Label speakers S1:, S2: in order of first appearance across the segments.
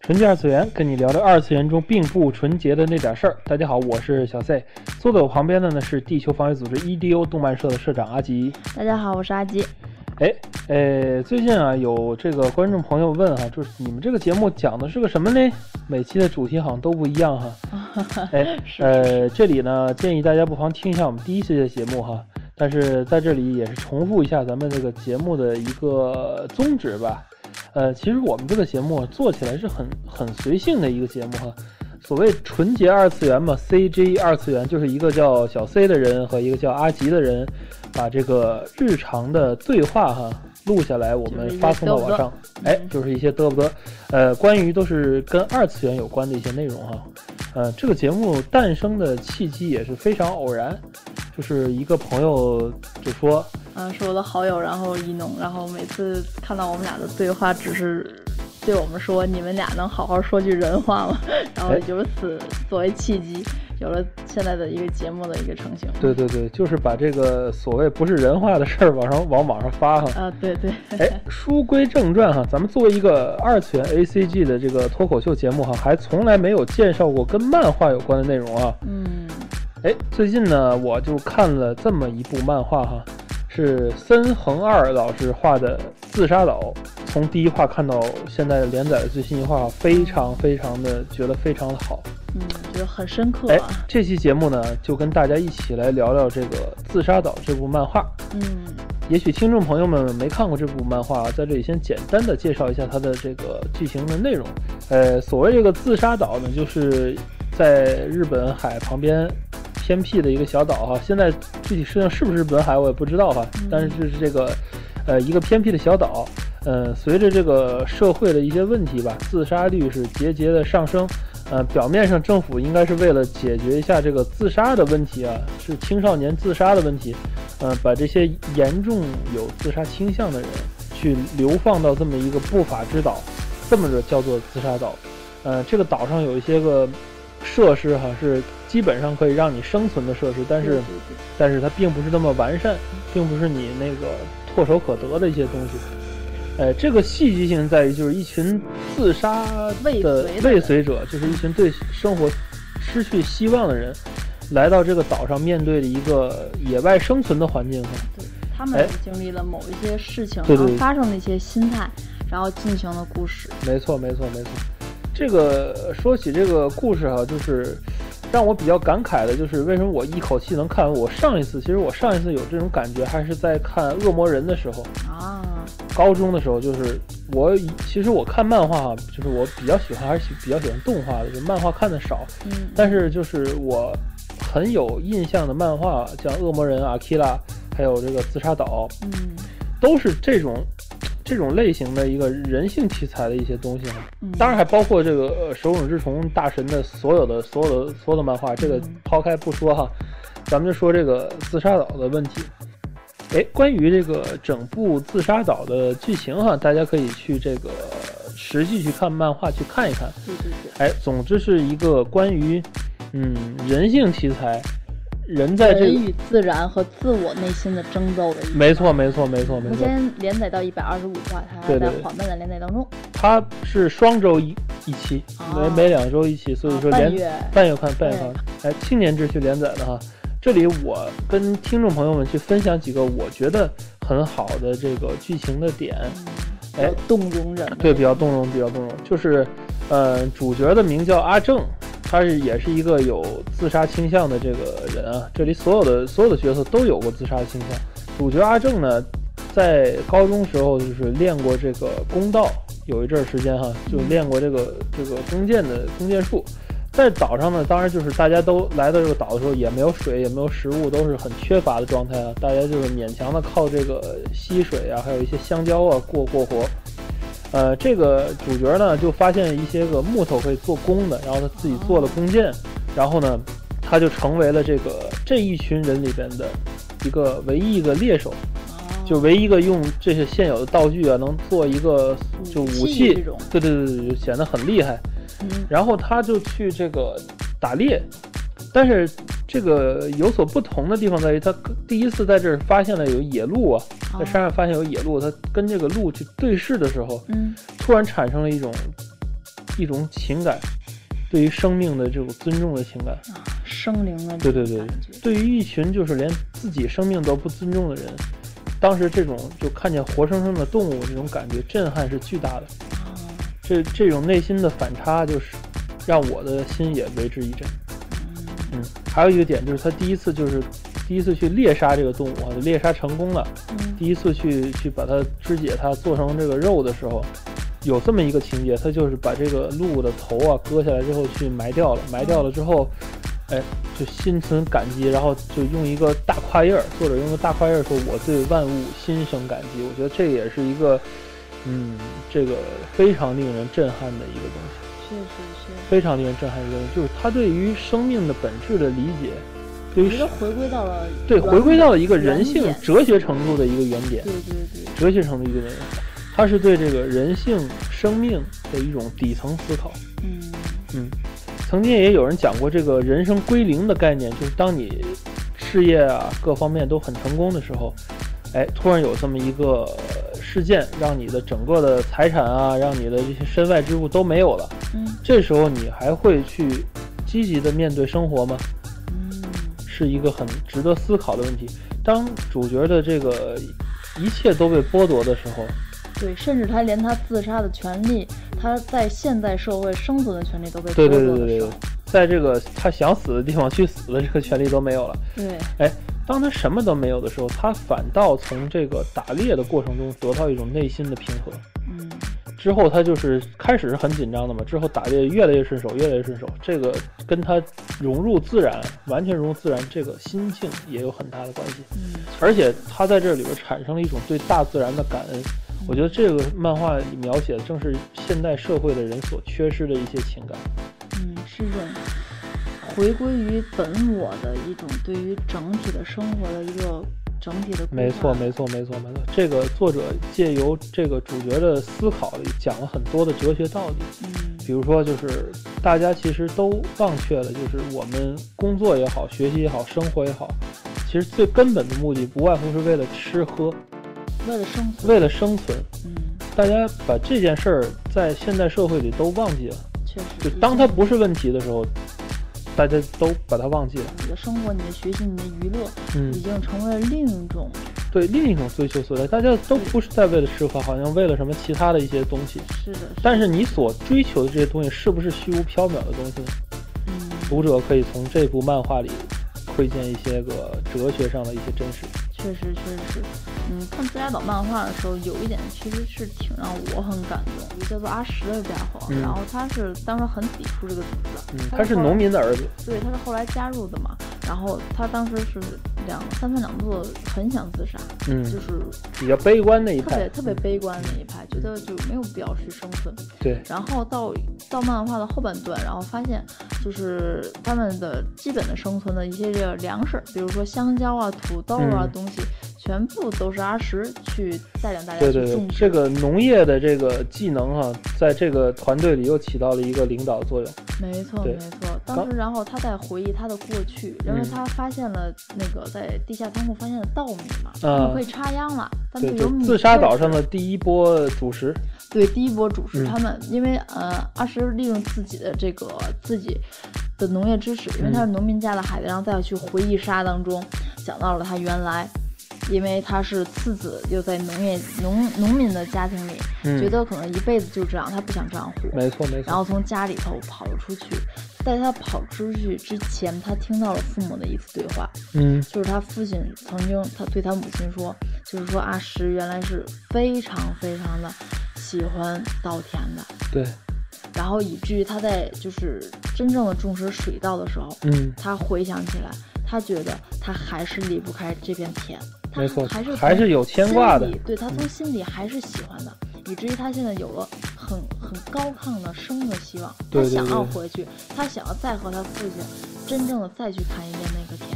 S1: 纯洁二次元，跟你聊聊二次元中并不纯洁的那点事儿。大家好，我是小 C，坐在我旁边的呢是地球防卫组织 EDO 动漫社的社长阿吉。
S2: 大家好，我是阿吉。
S1: 哎，呃，最近啊，有这个观众朋友问哈、就是你们这个节目讲的是个什么呢？每期的主题好像都不一样哈。哎，呃，这里呢建议大家不妨听一下我们第一期的节目哈，但是在这里也是重复一下咱们这个节目的一个宗旨吧。呃，其实我们这个节目啊做起来是很很随性的一个节目哈。所谓纯洁二次元嘛，CG 二次元就是一个叫小 C 的人和一个叫阿吉的人，把这个日常的对话哈录下来，我们发送到网上。哎，就是一些嘚不嘚，呃，关于都是跟二次元有关的一些内容哈。呃，这个节目诞生的契机也是非常偶然，就是一个朋友就说，
S2: 嗯，是我的好友，然后一农，然后每次看到我们俩的对话，只是对我们说：“你们俩能好好说句人话吗？” 然后
S1: 哎
S2: 由此作为契机，有了现在的一个节目的一个成型。
S1: 对对对，就是把这个所谓不是人话的事儿往上往网上发哈。
S2: 啊，对对，
S1: 哎，书归正传哈，咱们作为一个二次元 A C G 的这个脱口秀节目哈，还从来没有介绍过跟漫画有关的内容啊。
S2: 嗯，
S1: 哎，最近呢，我就看了这么一部漫画哈，是森恒二老师画的《自杀岛》，从第一话看到现在连载的最新一话，非常非常的觉得非常的好。
S2: 嗯，觉得很深刻
S1: 哎
S2: 啊。，
S1: 这期节目呢，就跟大家一起来聊聊这个《自杀岛》这部漫画。
S2: 嗯，
S1: 也许听众朋友们没看过这部漫画，在这里先简单的介绍一下它的这个剧情的内容。呃，所谓这个自杀岛呢，就是在日本海旁边偏僻的一个小岛哈。现在具体事情是不是日本海我也不知道哈
S2: 嗯，
S1: 但是就是这个，呃，一个偏僻的小岛。呃，随着这个社会的一些问题吧，自杀率是节节的上升。呃，表面上政府应该是为了解决一下这个自杀的问题啊，是青少年自杀的问题，呃，把这些严重有自杀倾向的人去流放到这么一个不法之岛，这么着叫做自杀岛。呃，这个岛上有一些个设施哈，是基本上可以让你生存的设施，但
S2: 对
S1: 是
S2: 对对
S1: 但是它并不是那么完善，并不是你那个唾手可得的一些东西。呃，这个戏剧性在于，就是一群自杀
S2: 未
S1: 的
S2: 遂的
S1: 未
S2: 人
S1: 遂者，就是一群对生活失去希望的人，来到这个岛上，面对着一个野外生存的环境哈。
S2: 对，他们
S1: 哎
S2: 也经历了某一些事情，
S1: 对
S2: 然后
S1: 对
S2: 发生的一些心态，然后进行的故事。
S1: 没错，没错，没错。这个说起这个故事哈、就是让我比较感慨的，就是为什么我一口气能看完？我上一次其实我上一次有这种感觉，还是在看《恶魔人》的时候，
S2: 啊，
S1: 高中的时候，就是我以其实我看漫画哈，就是我比较喜欢还是比较喜欢动画的，就漫画看的少，
S2: 嗯，
S1: 但是就是我很有印象的漫画，像《恶魔人》《阿基拉》，还有这个《自杀岛》，
S2: 嗯
S1: 都是这种这种类型的一个人性题材的一些东西哈。
S2: 嗯，
S1: 当然还包括这个呃手冢治虫大神的所有的所有的所有的漫画，这个
S2: 嗯
S1: 抛开不说哈，咱们就说这个自杀岛的问题。哎，关于这个整部自杀岛的剧情哈，大家可以去这个实际去看漫画去看一看。
S2: 对对对。
S1: 哎，总之是一个关于嗯人性题材，人在这个
S2: 人与自然和自我内心的争斗的一个。
S1: 没错没错没错没
S2: 目
S1: 错，
S2: 前连载到一百二十五话，它还
S1: 对对
S2: 在
S1: 对
S2: 缓慢的连载当中，
S1: 它是双周一一期，每
S2: 哦
S1: 每两周一期，所以
S2: 啊
S1: 说
S2: 半
S1: 连
S2: 月
S1: 半月看，半月看，哎，青年秩序连载的哈。这里我跟听众朋友们去分享几个我觉得很好的这个剧情的点，哎
S2: 有动容人。
S1: 对，比较动容，比较动容。就是，呃，主角的名叫阿正，他是也是一个有自杀倾向的这个人啊。这里所有的所有的角色都有过自杀倾向。主角阿正呢，在高中时候就是练过这个弓道，有一阵儿时间哈、就练过这个这个弓箭的弓箭术。在岛上呢，当然就是大家都来到这个岛的时候，也没有水，也没有食物，都是很缺乏的状态啊。大家就是勉强的靠这个溪水啊，还有一些香蕉啊过过活。呃，这个主角呢就发现一些个木头可以做弓的，然后他自己做了弓
S2: 哦
S1: 箭，然后呢，他就成为了这个这一群人里边的一个唯一一个猎手，
S2: 哦
S1: 就唯一一个用这些现有的道具啊，能做一个就武
S2: 武器
S1: 器
S2: 这种，
S1: 对对对对，就显得很厉害。
S2: 嗯
S1: 然后他就去这个打猎，但是这个有所不同的地方在于，他第一次在这儿发现了有野鹿啊，在山上
S2: 哦
S1: 发现有野鹿，他跟这个鹿去对视的时候，
S2: 嗯
S1: 突然产生了一种一种情感，对于生命的这种尊重的情感。
S2: 啊，生灵的
S1: 对对
S2: 这
S1: 对
S2: 种感觉，
S1: 对于一群就是连自己生命都不尊重的人，当时这种就看见活生生的动物这种感觉震撼是巨大的。
S2: 啊
S1: 这这种内心的反差，就是让我的心也为之一振。嗯，还有一个点就是他第一次就是第一次去猎杀这个动物啊，就猎杀成功了。
S2: 嗯
S1: 第一次去去把它肢解它做成这个肉的时候，有这么一个情节，他就是把这个鹿的头啊割下来之后去埋掉了，埋掉了之后，哎，就心存感激，然后就用一个大跨页儿，作者用个大跨页儿说：“我对万物心生感激。”我觉得这也是一个，嗯，这个非常令人震撼的一个东西。
S2: 确实
S1: 非常令人震撼的一个，就是他对于生命的本质的理解，对
S2: 确实，我觉
S1: 于
S2: 得回归到了
S1: 对
S2: 原
S1: 回归到了一个
S2: 原啊
S1: 人性
S2: 点
S1: 哲学程度的一个原点，
S2: 对对对，
S1: 哲学程度一个原点，他是对这个人性生命的一种底层思考。
S2: 嗯
S1: 嗯，曾经也有人讲过这个人生归零的概念，就是当你事业啊各方面都很成功的时候，哎，突然有这么一个呃事件，让你的整个的财产啊，让你的这些身外之物都没有了。
S2: 嗯
S1: 这时候你还会去积极的面对生活吗？
S2: 嗯
S1: 是一个很值得思考的问题。当主角的这个一切都被剥夺的时候，
S2: 对，甚至他连他自杀的权利，他在现代社会生存的权利都被
S1: 对
S2: 剥
S1: 对
S2: 夺
S1: 对
S2: 的
S1: 对对
S2: 时候，，
S1: 在这个他想死的地方去死的这个权利都没有了。
S2: 对，
S1: 哎，当他什么都没有的时候，他反倒从这个打猎的过程中得到一种内心的平和。
S2: 嗯
S1: 之后他就是开始是很紧张的嘛，之后打猎越来越顺手，越来越顺手。这个跟他融入自然，完全融入自然，这个心境也有很大的关系。
S2: 嗯
S1: 而且他在这里边产生了一种对大自然的感恩。我觉得这个漫画里描写的正是现代社会的人所缺失的一些情感。
S2: 嗯，是一种回归于本我的一种对于整体的生活的一个整体的规
S1: 没错，
S2: 划
S1: 没错，没错，没错。这个作者借由这个主角的思考，讲了很多的哲学道理。
S2: 嗯
S1: 比如说，就是大家其实都忘却了，就是我们工作也好，学习也好，生活也好，其实最根本的目的不外乎是为了吃喝，
S2: 为了生存，
S1: 为了生存。
S2: 嗯，
S1: 大家把这件事儿在现代社会里都忘记了，
S2: 确实，
S1: 就当它不是问题的时候，大家都把它忘记了。
S2: 你的生活、你的学习、你的娱乐，
S1: 嗯
S2: 已，经成为了另一种，
S1: 对，另一种追求所在，大家都不是在为了吃喝，好像为了什么其他的一些东西。
S2: 是的，
S1: 但是你所追求的这些东西是不是虚无缥缈的东西呢？
S2: 嗯，
S1: 读者可以从这部漫画里窥见一些个哲学上的一些真实。
S2: 确实确实是，嗯，看自家岛漫画的时候，有一点其实是挺让我很感动，叫做阿石的家伙，
S1: 嗯
S2: 然后他是当时很抵触这个组织的，
S1: 嗯，
S2: 他
S1: 他是
S2: 后来
S1: 农民的儿子。
S2: 对，他是后来加入的嘛，然后他当时是两三番两度地很想自杀，
S1: 嗯，
S2: 就是
S1: 比较悲观那一
S2: 特
S1: 派
S2: 别。特别悲观那一派，觉得就没有必要去生存。
S1: 对，
S2: 然后到到漫画的后半段，然后发现就是他们的基本的生存的一些这个粮食，比如说香蕉啊、土豆啊、
S1: 嗯
S2: 东西，全部都是阿石去带领大家
S1: 对
S2: 去
S1: 对对
S2: 种，植。
S1: 这个农业的这个技能哈、在这个团队里又起到了一个领导作用。
S2: 没错
S1: 对
S2: 没错。当
S1: 刚
S2: 时然后他在回忆他的过去，因为
S1: 嗯
S2: 他发现了那个在地下仓库发现的稻米嘛，他
S1: 啊
S2: 们可以插秧了，他
S1: 对
S2: 们就有
S1: 对，
S2: 米
S1: 自杀
S2: 可以
S1: 岛上
S2: 吃
S1: 的第一波主食。
S2: 对第一波主食，
S1: 嗯
S2: 他们因为呃，阿石利用自己的这个自己的农业知识，因为他是
S1: 嗯
S2: 农民家的孩子，然后再去回忆杀当中讲到了他原来，因为他是次子，又在农业农农民的家庭里，
S1: 嗯，
S2: 觉得可能一辈子就这样，他不想这样活，
S1: 没错没
S2: 然
S1: 错。
S2: 后从家里头跑了出去，在他跑出去之前，他听到了父母的一次对话，
S1: 嗯
S2: 就是他父亲曾经他对他母亲说，就是说阿石原来是非常非常的喜欢稻田的，
S1: 对，
S2: 然后以至于他在就是真正的种植水稻的时候，
S1: 嗯，
S2: 他回想起来，他觉得他还是离不开这片田，他
S1: 没错，
S2: 还是
S1: 还是有牵挂的嗯
S2: 心。里对他从心里还是喜欢的，以至于他现在有了很很高亢的生的希望。
S1: 对
S2: 他
S1: 对
S2: 想要
S1: 对
S2: 回去，他想要再和他父亲真正的再去谈一遍那个天。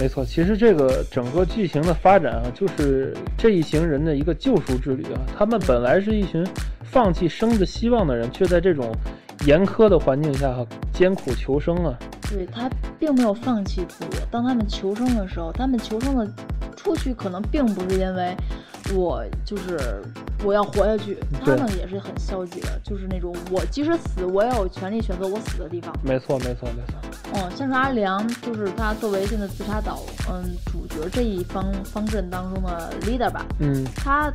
S1: 没错，其实这个整个剧情的发展啊，就是这一行人的一个救赎之旅啊。他们本来是一群放弃生的希望的人，却在这种严苛的环境下哈艰苦求生啊。
S2: 对他并没有放弃自我。当他们求生的时候，他们求生的出去可能并不是因为我就是我要活下去，他
S1: 嗯对
S2: 们也是很消极的，就是那种我即使死，我也有权利选择我死的地方。
S1: 没错，没错，没错。
S2: 嗯，像是阿良，就是他作为现在自杀岛嗯主角这一方方阵当中的 leader 吧，
S1: 嗯，
S2: 他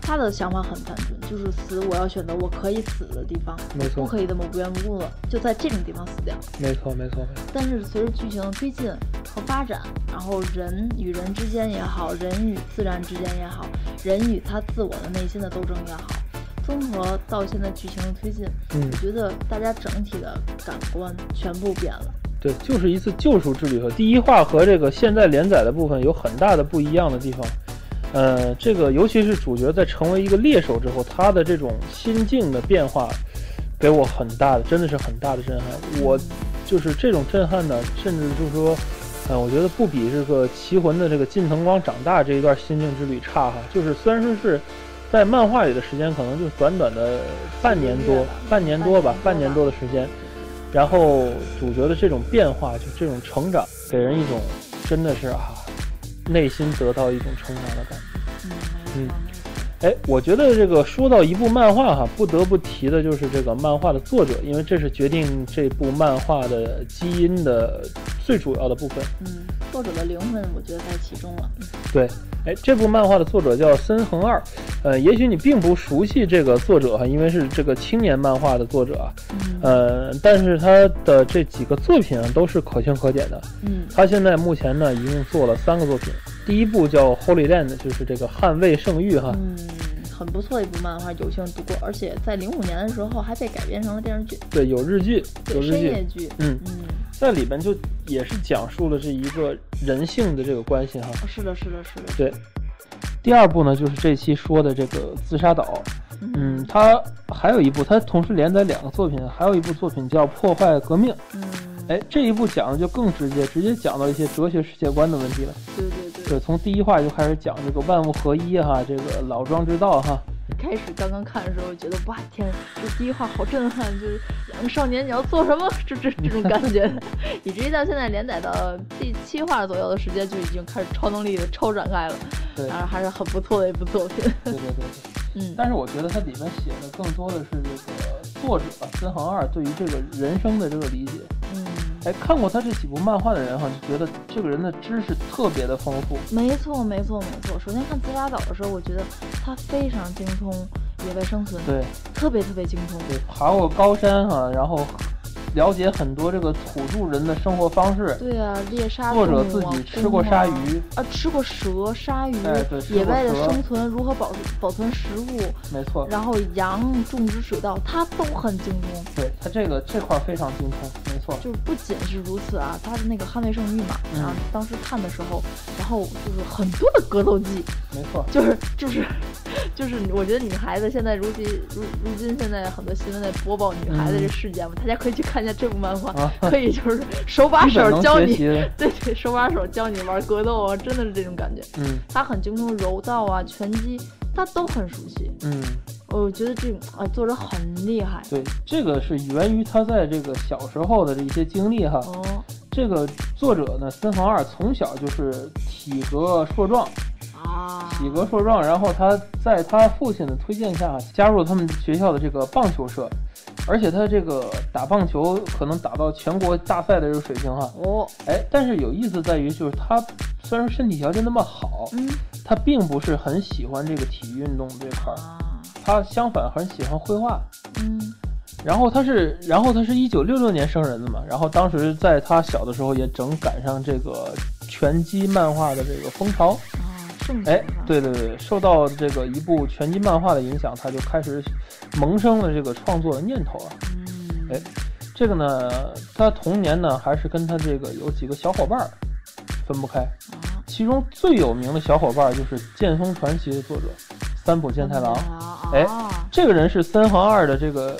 S2: 他的想法很单纯，就是死我要选择我可以死的地方，
S1: 没错
S2: 不可以这么无缘无故的就在这种地方死掉。
S1: 没错，没错，没错。
S2: 但是随着剧情的推进和发展，然后人与人之间也好，人与自然之间也好，人与他自我的内心的斗争也好，综合到现在剧情的推进，
S1: 嗯
S2: 我，觉得大家整体的感官全部变了。
S1: 对，就是一次救赎之旅。和第一话和这个现在连载的部分有很大的不一样的地方。呃，这个尤其是主角在成为一个猎手之后，他的这种心境的变化，给我很大的，真的是很大的震撼。我就是这种震撼呢，甚至就是说，呃，我觉得不比这个《棋魂》的这个近藤光长大这一段心境之旅差哈。就是虽然说是在漫画里的时间，可能就短短的半年多，半年多吧，半年多的时间，然后主角的这种变化，就这种成长，给人一种真的是啊，内心得到一种成长的感觉。
S2: 嗯，
S1: 嗯
S2: 没错没错。
S1: 哎，我觉得这个说到一部漫画哈，不得不提的就是这个漫画的作者，因为这是决定这部漫画的基因的最主要的部分。
S2: 嗯，作者的灵魂我觉得在其中了。嗯
S1: 对，哎，这部漫画的作者叫森恒二，呃，也许你并不熟悉这个作者哈，因为是这个青年漫画的作者啊，
S2: 嗯
S1: 呃，但是他的这几个作品啊都是可圈可点的。
S2: 嗯
S1: 他现在目前呢，一共做了三个作品，第一部叫《Holy Land》，就是这个捍卫圣域哈，
S2: 嗯，很不错的一部漫画，有幸读过，而且在零五年的时候还被改编成了电视剧，
S1: 对，有日剧，有
S2: 对，
S1: 日
S2: 深
S1: 剧
S2: 夜，剧。
S1: 嗯，
S2: 嗯，
S1: 在里边就也是讲述了这一个人性的这个关系哈。
S2: 哦是的，是的，是的。
S1: 对，第二部呢就是这期说的这个自杀岛，嗯，它还有一部，它同时连载两个作品，还有一部作品叫《破坏革命》。
S2: 嗯，
S1: 哎，这一部讲的就更直接，直接讲到一些哲学世界观的问题了。
S2: 对对对。
S1: 对，从第一话就开始讲这个万物合一哈，这个老庄之道哈。
S2: 开始刚刚看的时候，觉得哇天，这第一话好震撼，就是两个少年你要做什么，就这这种感 觉，以至于到现在连载到第七话左右的时间，就已经开始超能力的超展开了，
S1: 对，
S2: 然后还是很不错的一部作品。
S1: 对对对对。
S2: 嗯，
S1: 但是我觉得它里面写的更多的是这个作者森恒二对于这个人生的这个理解。
S2: 嗯，
S1: 哎，看过他这几部漫画的人哈，就觉得这个人的知识特别的丰富。
S2: 没错没错没错。首先看《自杀岛》的时候，我觉得他非常精通野外生存，
S1: 对，
S2: 特别特别精通。
S1: 对，爬过高山哈、然后了解很多这个土著人的生活方式。
S2: 对啊，猎杀
S1: 作
S2: 动物
S1: 者
S2: 啊，
S1: 自己吃
S2: 公
S1: 过鲨
S2: 啊
S1: 鱼，
S2: 啊，吃过蛇、鲨鱼，
S1: 哎对吃
S2: 野
S1: 过
S2: 外的
S1: 蛇
S2: 生存，如何保保存食物，
S1: 没错，
S2: 然后羊种植水稻，他都很精通。
S1: 对他这个这块儿非常精通，没错，
S2: 就是不仅是如此啊，他的那个捍卫圣域嘛，
S1: 嗯
S2: 然后当时看的时候，然后就是很多的格斗技，
S1: 没错，
S2: 就是就是 就是，我觉得女孩子现在如今如如今现在很多新闻在播报女孩子这
S1: 嗯
S2: 事件嘛，大家可以去看一下这部漫画，
S1: 啊
S2: 可以就是手把
S1: 基本
S2: 手
S1: 能
S2: 教
S1: 学
S2: 你，
S1: 习的，
S2: 对对，手把手教你玩格斗啊，真的是这种感觉。
S1: 嗯
S2: 他很精通柔道啊、拳击，他都很熟悉。
S1: 嗯，
S2: 我觉得这种啊，作者很厉害。
S1: 对，这个是源于他在这个小时候的这一些经历哈。
S2: 哦
S1: 这个作者呢，森恒二从小就是体格硕壮，
S2: 啊，
S1: 体格硕壮，然后他在他父亲的推荐下加入了他们学校的这个棒球社，而且他这个打棒球可能打到全国大赛的这个水平哈。
S2: 哦，
S1: 哎，但是有意思在于就是他虽然身体条件那么好，
S2: 嗯
S1: 他并不是很喜欢这个体育运动这块儿，
S2: 啊，
S1: 他相反很喜欢绘画。
S2: 嗯
S1: 然后他是，然后他是一九六六年生人的嘛，然后当时在他小的时候也正赶上这个拳击漫画的这个风潮，
S2: 啊，正
S1: 哎
S2: 经哈，，
S1: 对对对，受到这个一部拳击漫画的影响，他就开始萌生了这个创作的念头啊。
S2: 嗯，
S1: 哎这个呢，他童年呢还是跟他这个有几个小伙伴儿分不开，
S2: 啊，
S1: 其中最有名的小伙伴儿就是剑锋传奇的作者三浦健太郎。
S2: 啊，
S1: 哎
S2: 啊，
S1: 这个人是森和二的这个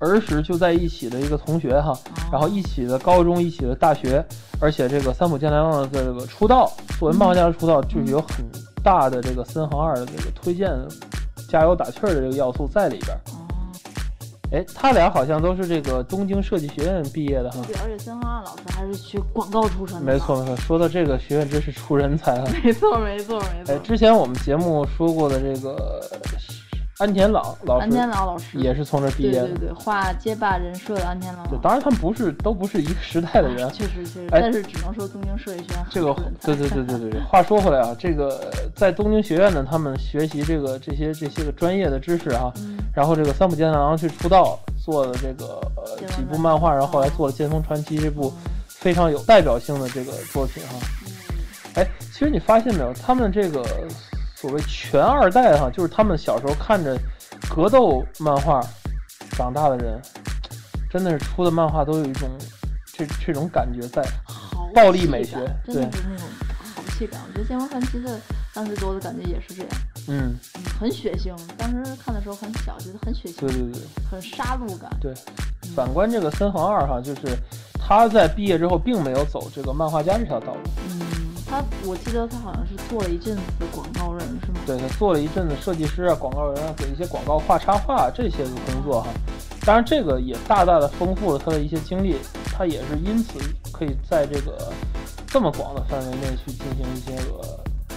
S1: 儿时就在一起的一个同学哈，
S2: 哦
S1: 然后一起的高中，一起的大学，而且这个三浦健太郎的这个出道，作为漫画家的出道，就是有很大的这个森和二的这个推荐、加油打气儿的这个要素在里边儿。
S2: 哦嗯
S1: 哎，他俩好像都是这个东京设计学院毕业的哈。
S2: 对，而且森和二老师还是学广告出身的。
S1: 没错，没错，说到这个学院真是出人才啊！
S2: 没错，没错，没
S1: 哎
S2: 错，。
S1: 之前我们节目说过的这个安田朗老师
S2: 安天老老师
S1: 也是从这毕
S2: 对
S1: 业的
S2: 对。对，画街霸人设的安天朗老
S1: 对，
S2: 师，
S1: 当然他们不是都不是一个时代的 人啊。
S2: 确实确实，
S1: 哎
S2: 但是只能说东京设计学院
S1: 这个
S2: 很
S1: 对对对对对对。话说回来啊，这个呃在东京学院呢，他们学习这个这些这些个专业的知识啊，然后这个三浦健太郎去出道做的这个呃
S2: 剑锋
S1: 几部
S2: 传
S1: 漫画，
S2: 奇
S1: 然后后来
S2: 哦
S1: 做了《剑锋传奇》这部非常有代表性的这个作品啊哈、哎，其实你发现没有，他们这个所谓全二代哈、就是他们小时候看着格斗漫画长大的人，真的是出的漫画都有一种这这种感觉在。
S2: 豪
S1: 暴力美
S2: 气感
S1: 学
S2: 真的是那种豪气感。我觉得《剑魂传奇》的当时给我的感觉也是这样，
S1: 嗯，
S2: 嗯很血腥。当时看的时候很小，觉得很血
S1: 对对
S2: 腥，
S1: 对
S2: 很杀戮感。
S1: 对。反观这个森恒二哈、就是他在毕业之后并没有走这个漫画家这条道路，
S2: 嗯，他我记得他好像是做了一阵子广告人，是吗？
S1: 对他做了一阵子设计师啊、广告人啊，给一些广告画插画啊这些个工作哈、当然，这个也大大的丰富了他的一些经历，他也是因此可以在这个这么广的范围内去进行一些个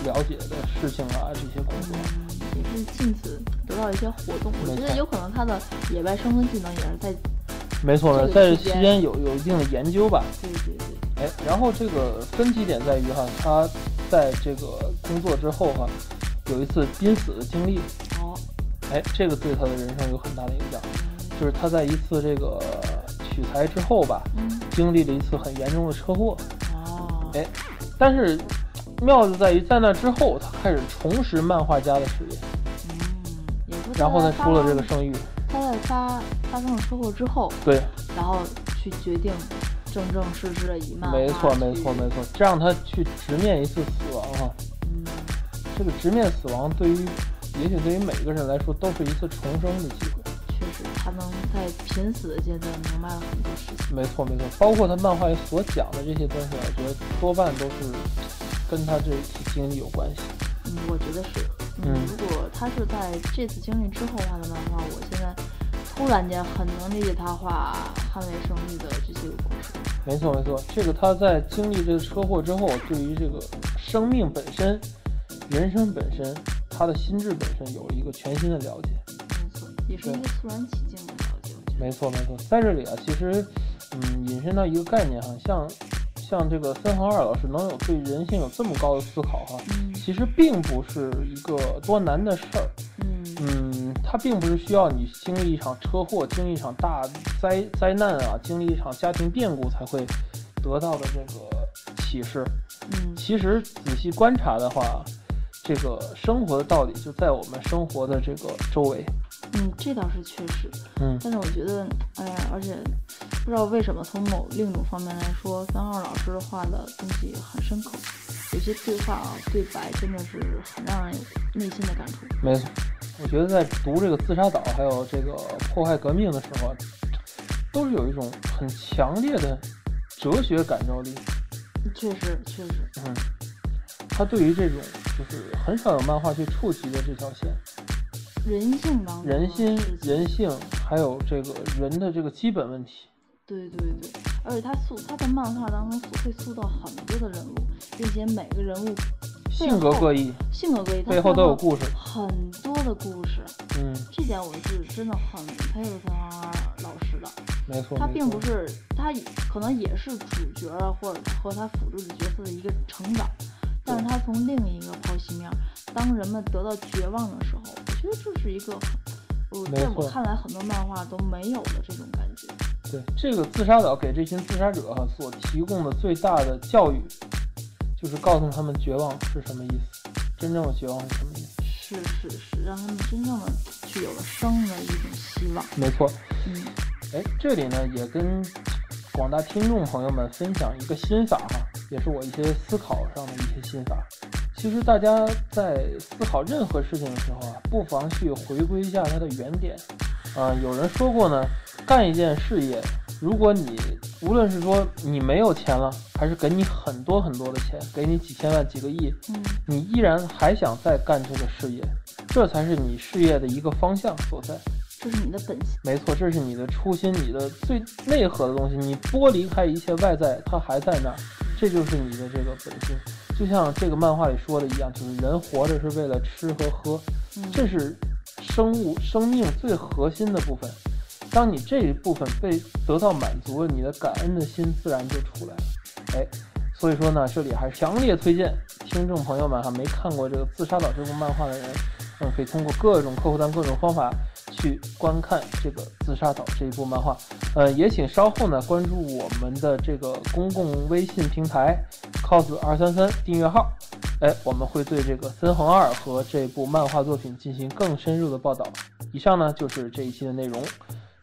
S1: 了解的事情啊，这些工作。
S2: 嗯也是近此得到一些活动。我
S1: 没
S2: 觉
S1: 错
S2: 得有可能他的野外生存技能也是在
S1: 没错呢，
S2: 这个
S1: 在这
S2: 期
S1: 期
S2: 间
S1: 间有有一定的研究吧。
S2: 对对对，
S1: 哎，然后这个分歧点在于哈，他在这个工作之后哈，有一次濒死的经历，
S2: 哦，
S1: 哎，这个对他的人生有很大的影响，就是他在一次这个取材之后吧，
S2: 嗯，
S1: 经历了一次很严重的车祸，
S2: 哦，
S1: 哎，但是妙就在于在那之后，他开始重拾漫画家的事业，
S2: 嗯，也是
S1: 然后
S2: 他
S1: 才
S2: 在
S1: 出了这个
S2: 发
S1: 圣域，
S2: 他在发发生了车祸之后，
S1: 对，
S2: 然后去决定正正式式的以漫画
S1: 没错，没
S2: 去
S1: 错，没错，这让他去直面一次死亡哈、
S2: 嗯，
S1: 这个直面死亡对于，也许对于每个人来说都是一次重生的机会。
S2: 确实，他能在濒死的阶段明白了很多事情。
S1: 没错没错，包括他漫画里所讲的这些东西，我觉得多半都是跟他这次经历有关系。
S2: 嗯，我觉得是。
S1: 嗯
S2: 如果他是在这次经历之后画的漫画，我现在突然间很能理解他画《捍卫胜利》的这些个故事。
S1: 没错没错，这个他在经历这个车祸之后，对于这个生命本身、人生本身、他的心智本身有了一个全新的了解。
S2: 没错，也是一个突然起劲的了解，我觉得。
S1: 没错没错，在这里啊，其实，嗯，引申到一个概念哈，像像这个森恒二老师能有对人性有这么高的思考哈，
S2: 嗯
S1: 其实并不是一个多难的事儿。
S2: 嗯
S1: 嗯，它并不是需要你经历一场车祸、经历一场大灾灾难啊、经历一场家庭变故才会得到的这个启示。
S2: 嗯，
S1: 其实仔细观察的话，这个生活的道理就在我们生活的这个周围。
S2: 嗯，这倒是确实。
S1: 嗯，
S2: 但是我觉得，哎呀，而且不知道为什么，从某另一种方面来说，三号老师画的东西很深刻，有些对话啊、对白真的是很让人有内心的感触。
S1: 没错。我觉得在读这个《自杀岛》还有这个《破坏革命》的时候啊，都是有一种很强烈的哲学感召力。
S2: 确实，确实，
S1: 嗯，他对于这种就是很少有漫画去触及的这条线，
S2: 人性当中的
S1: 人心
S2: 事、情
S1: 人性，还有这个人的这个基本问题。
S2: 对对对，而且他塑他在漫画当中会塑造很多的人物，并且每个人物
S1: 性格各异，
S2: 性格各异，他
S1: 背后都有
S2: 塑
S1: 故事。
S2: 造很多的故事。
S1: 嗯，
S2: 这点我是真的很佩服三号老师的。
S1: 没错。
S2: 他
S1: 没
S2: 并
S1: 错
S2: 不是，他也可能也是主角啊，或者和他辅助的角色的一个成长，但是他从另一个剖析面儿，当人们得到绝望的时候，我觉得这是一个，我
S1: 没
S2: 在
S1: 错
S2: 我看来很多漫画都没有的这种感觉。
S1: 对这个自杀岛给这群自杀者哈、所提供的最大的教育，就是告诉他们绝望是什么意思，真正的绝望是什么意思。
S2: 是是是，让他们真正的去有了生的一种希望。
S1: 没错。
S2: 嗯
S1: 哎，这里呢也跟广大听众朋友们分享一个心法哈，也是我一些思考上的一些心法。其实大家在思考任何事情的时候啊，不妨去回归一下它的原点。啊、有人说过呢，干一件事业，如果你无论是说你没有钱了，还是给你很多很多的钱，给你几千万、几个亿，
S2: 嗯
S1: 你依然还想再干这个事业，这才是你事业的一个方向所在。
S2: 这是你的本性。
S1: 没错，这是你的初心，你的最内核的东西。你剥离开一切外在，它还在那儿，这就是你的这个本性。就像这个漫画里说的一样，就是人活着是为了吃和喝，
S2: 嗯
S1: 这是生物生命最核心的部分。当你这一部分被得到满足了，你的感恩的心自然就出来了。哎，所以说呢，这里还是强烈推荐听众朋友们哈，没看过这个《自杀岛》这部漫画的人，嗯，可以通过各种客户端、各种方法去观看这个《自杀岛》这一部漫画。呃，也请稍后呢关注我们的这个公共微信平台 cos 二三三订阅号，哎，我们会对这个森恒二和这部漫画作品进行更深入的报道。以上呢就是这一期的内容。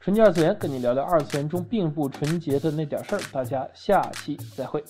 S1: 纯洁二次元，跟你聊聊二次元中并不纯洁的那点事儿。大家下期再会。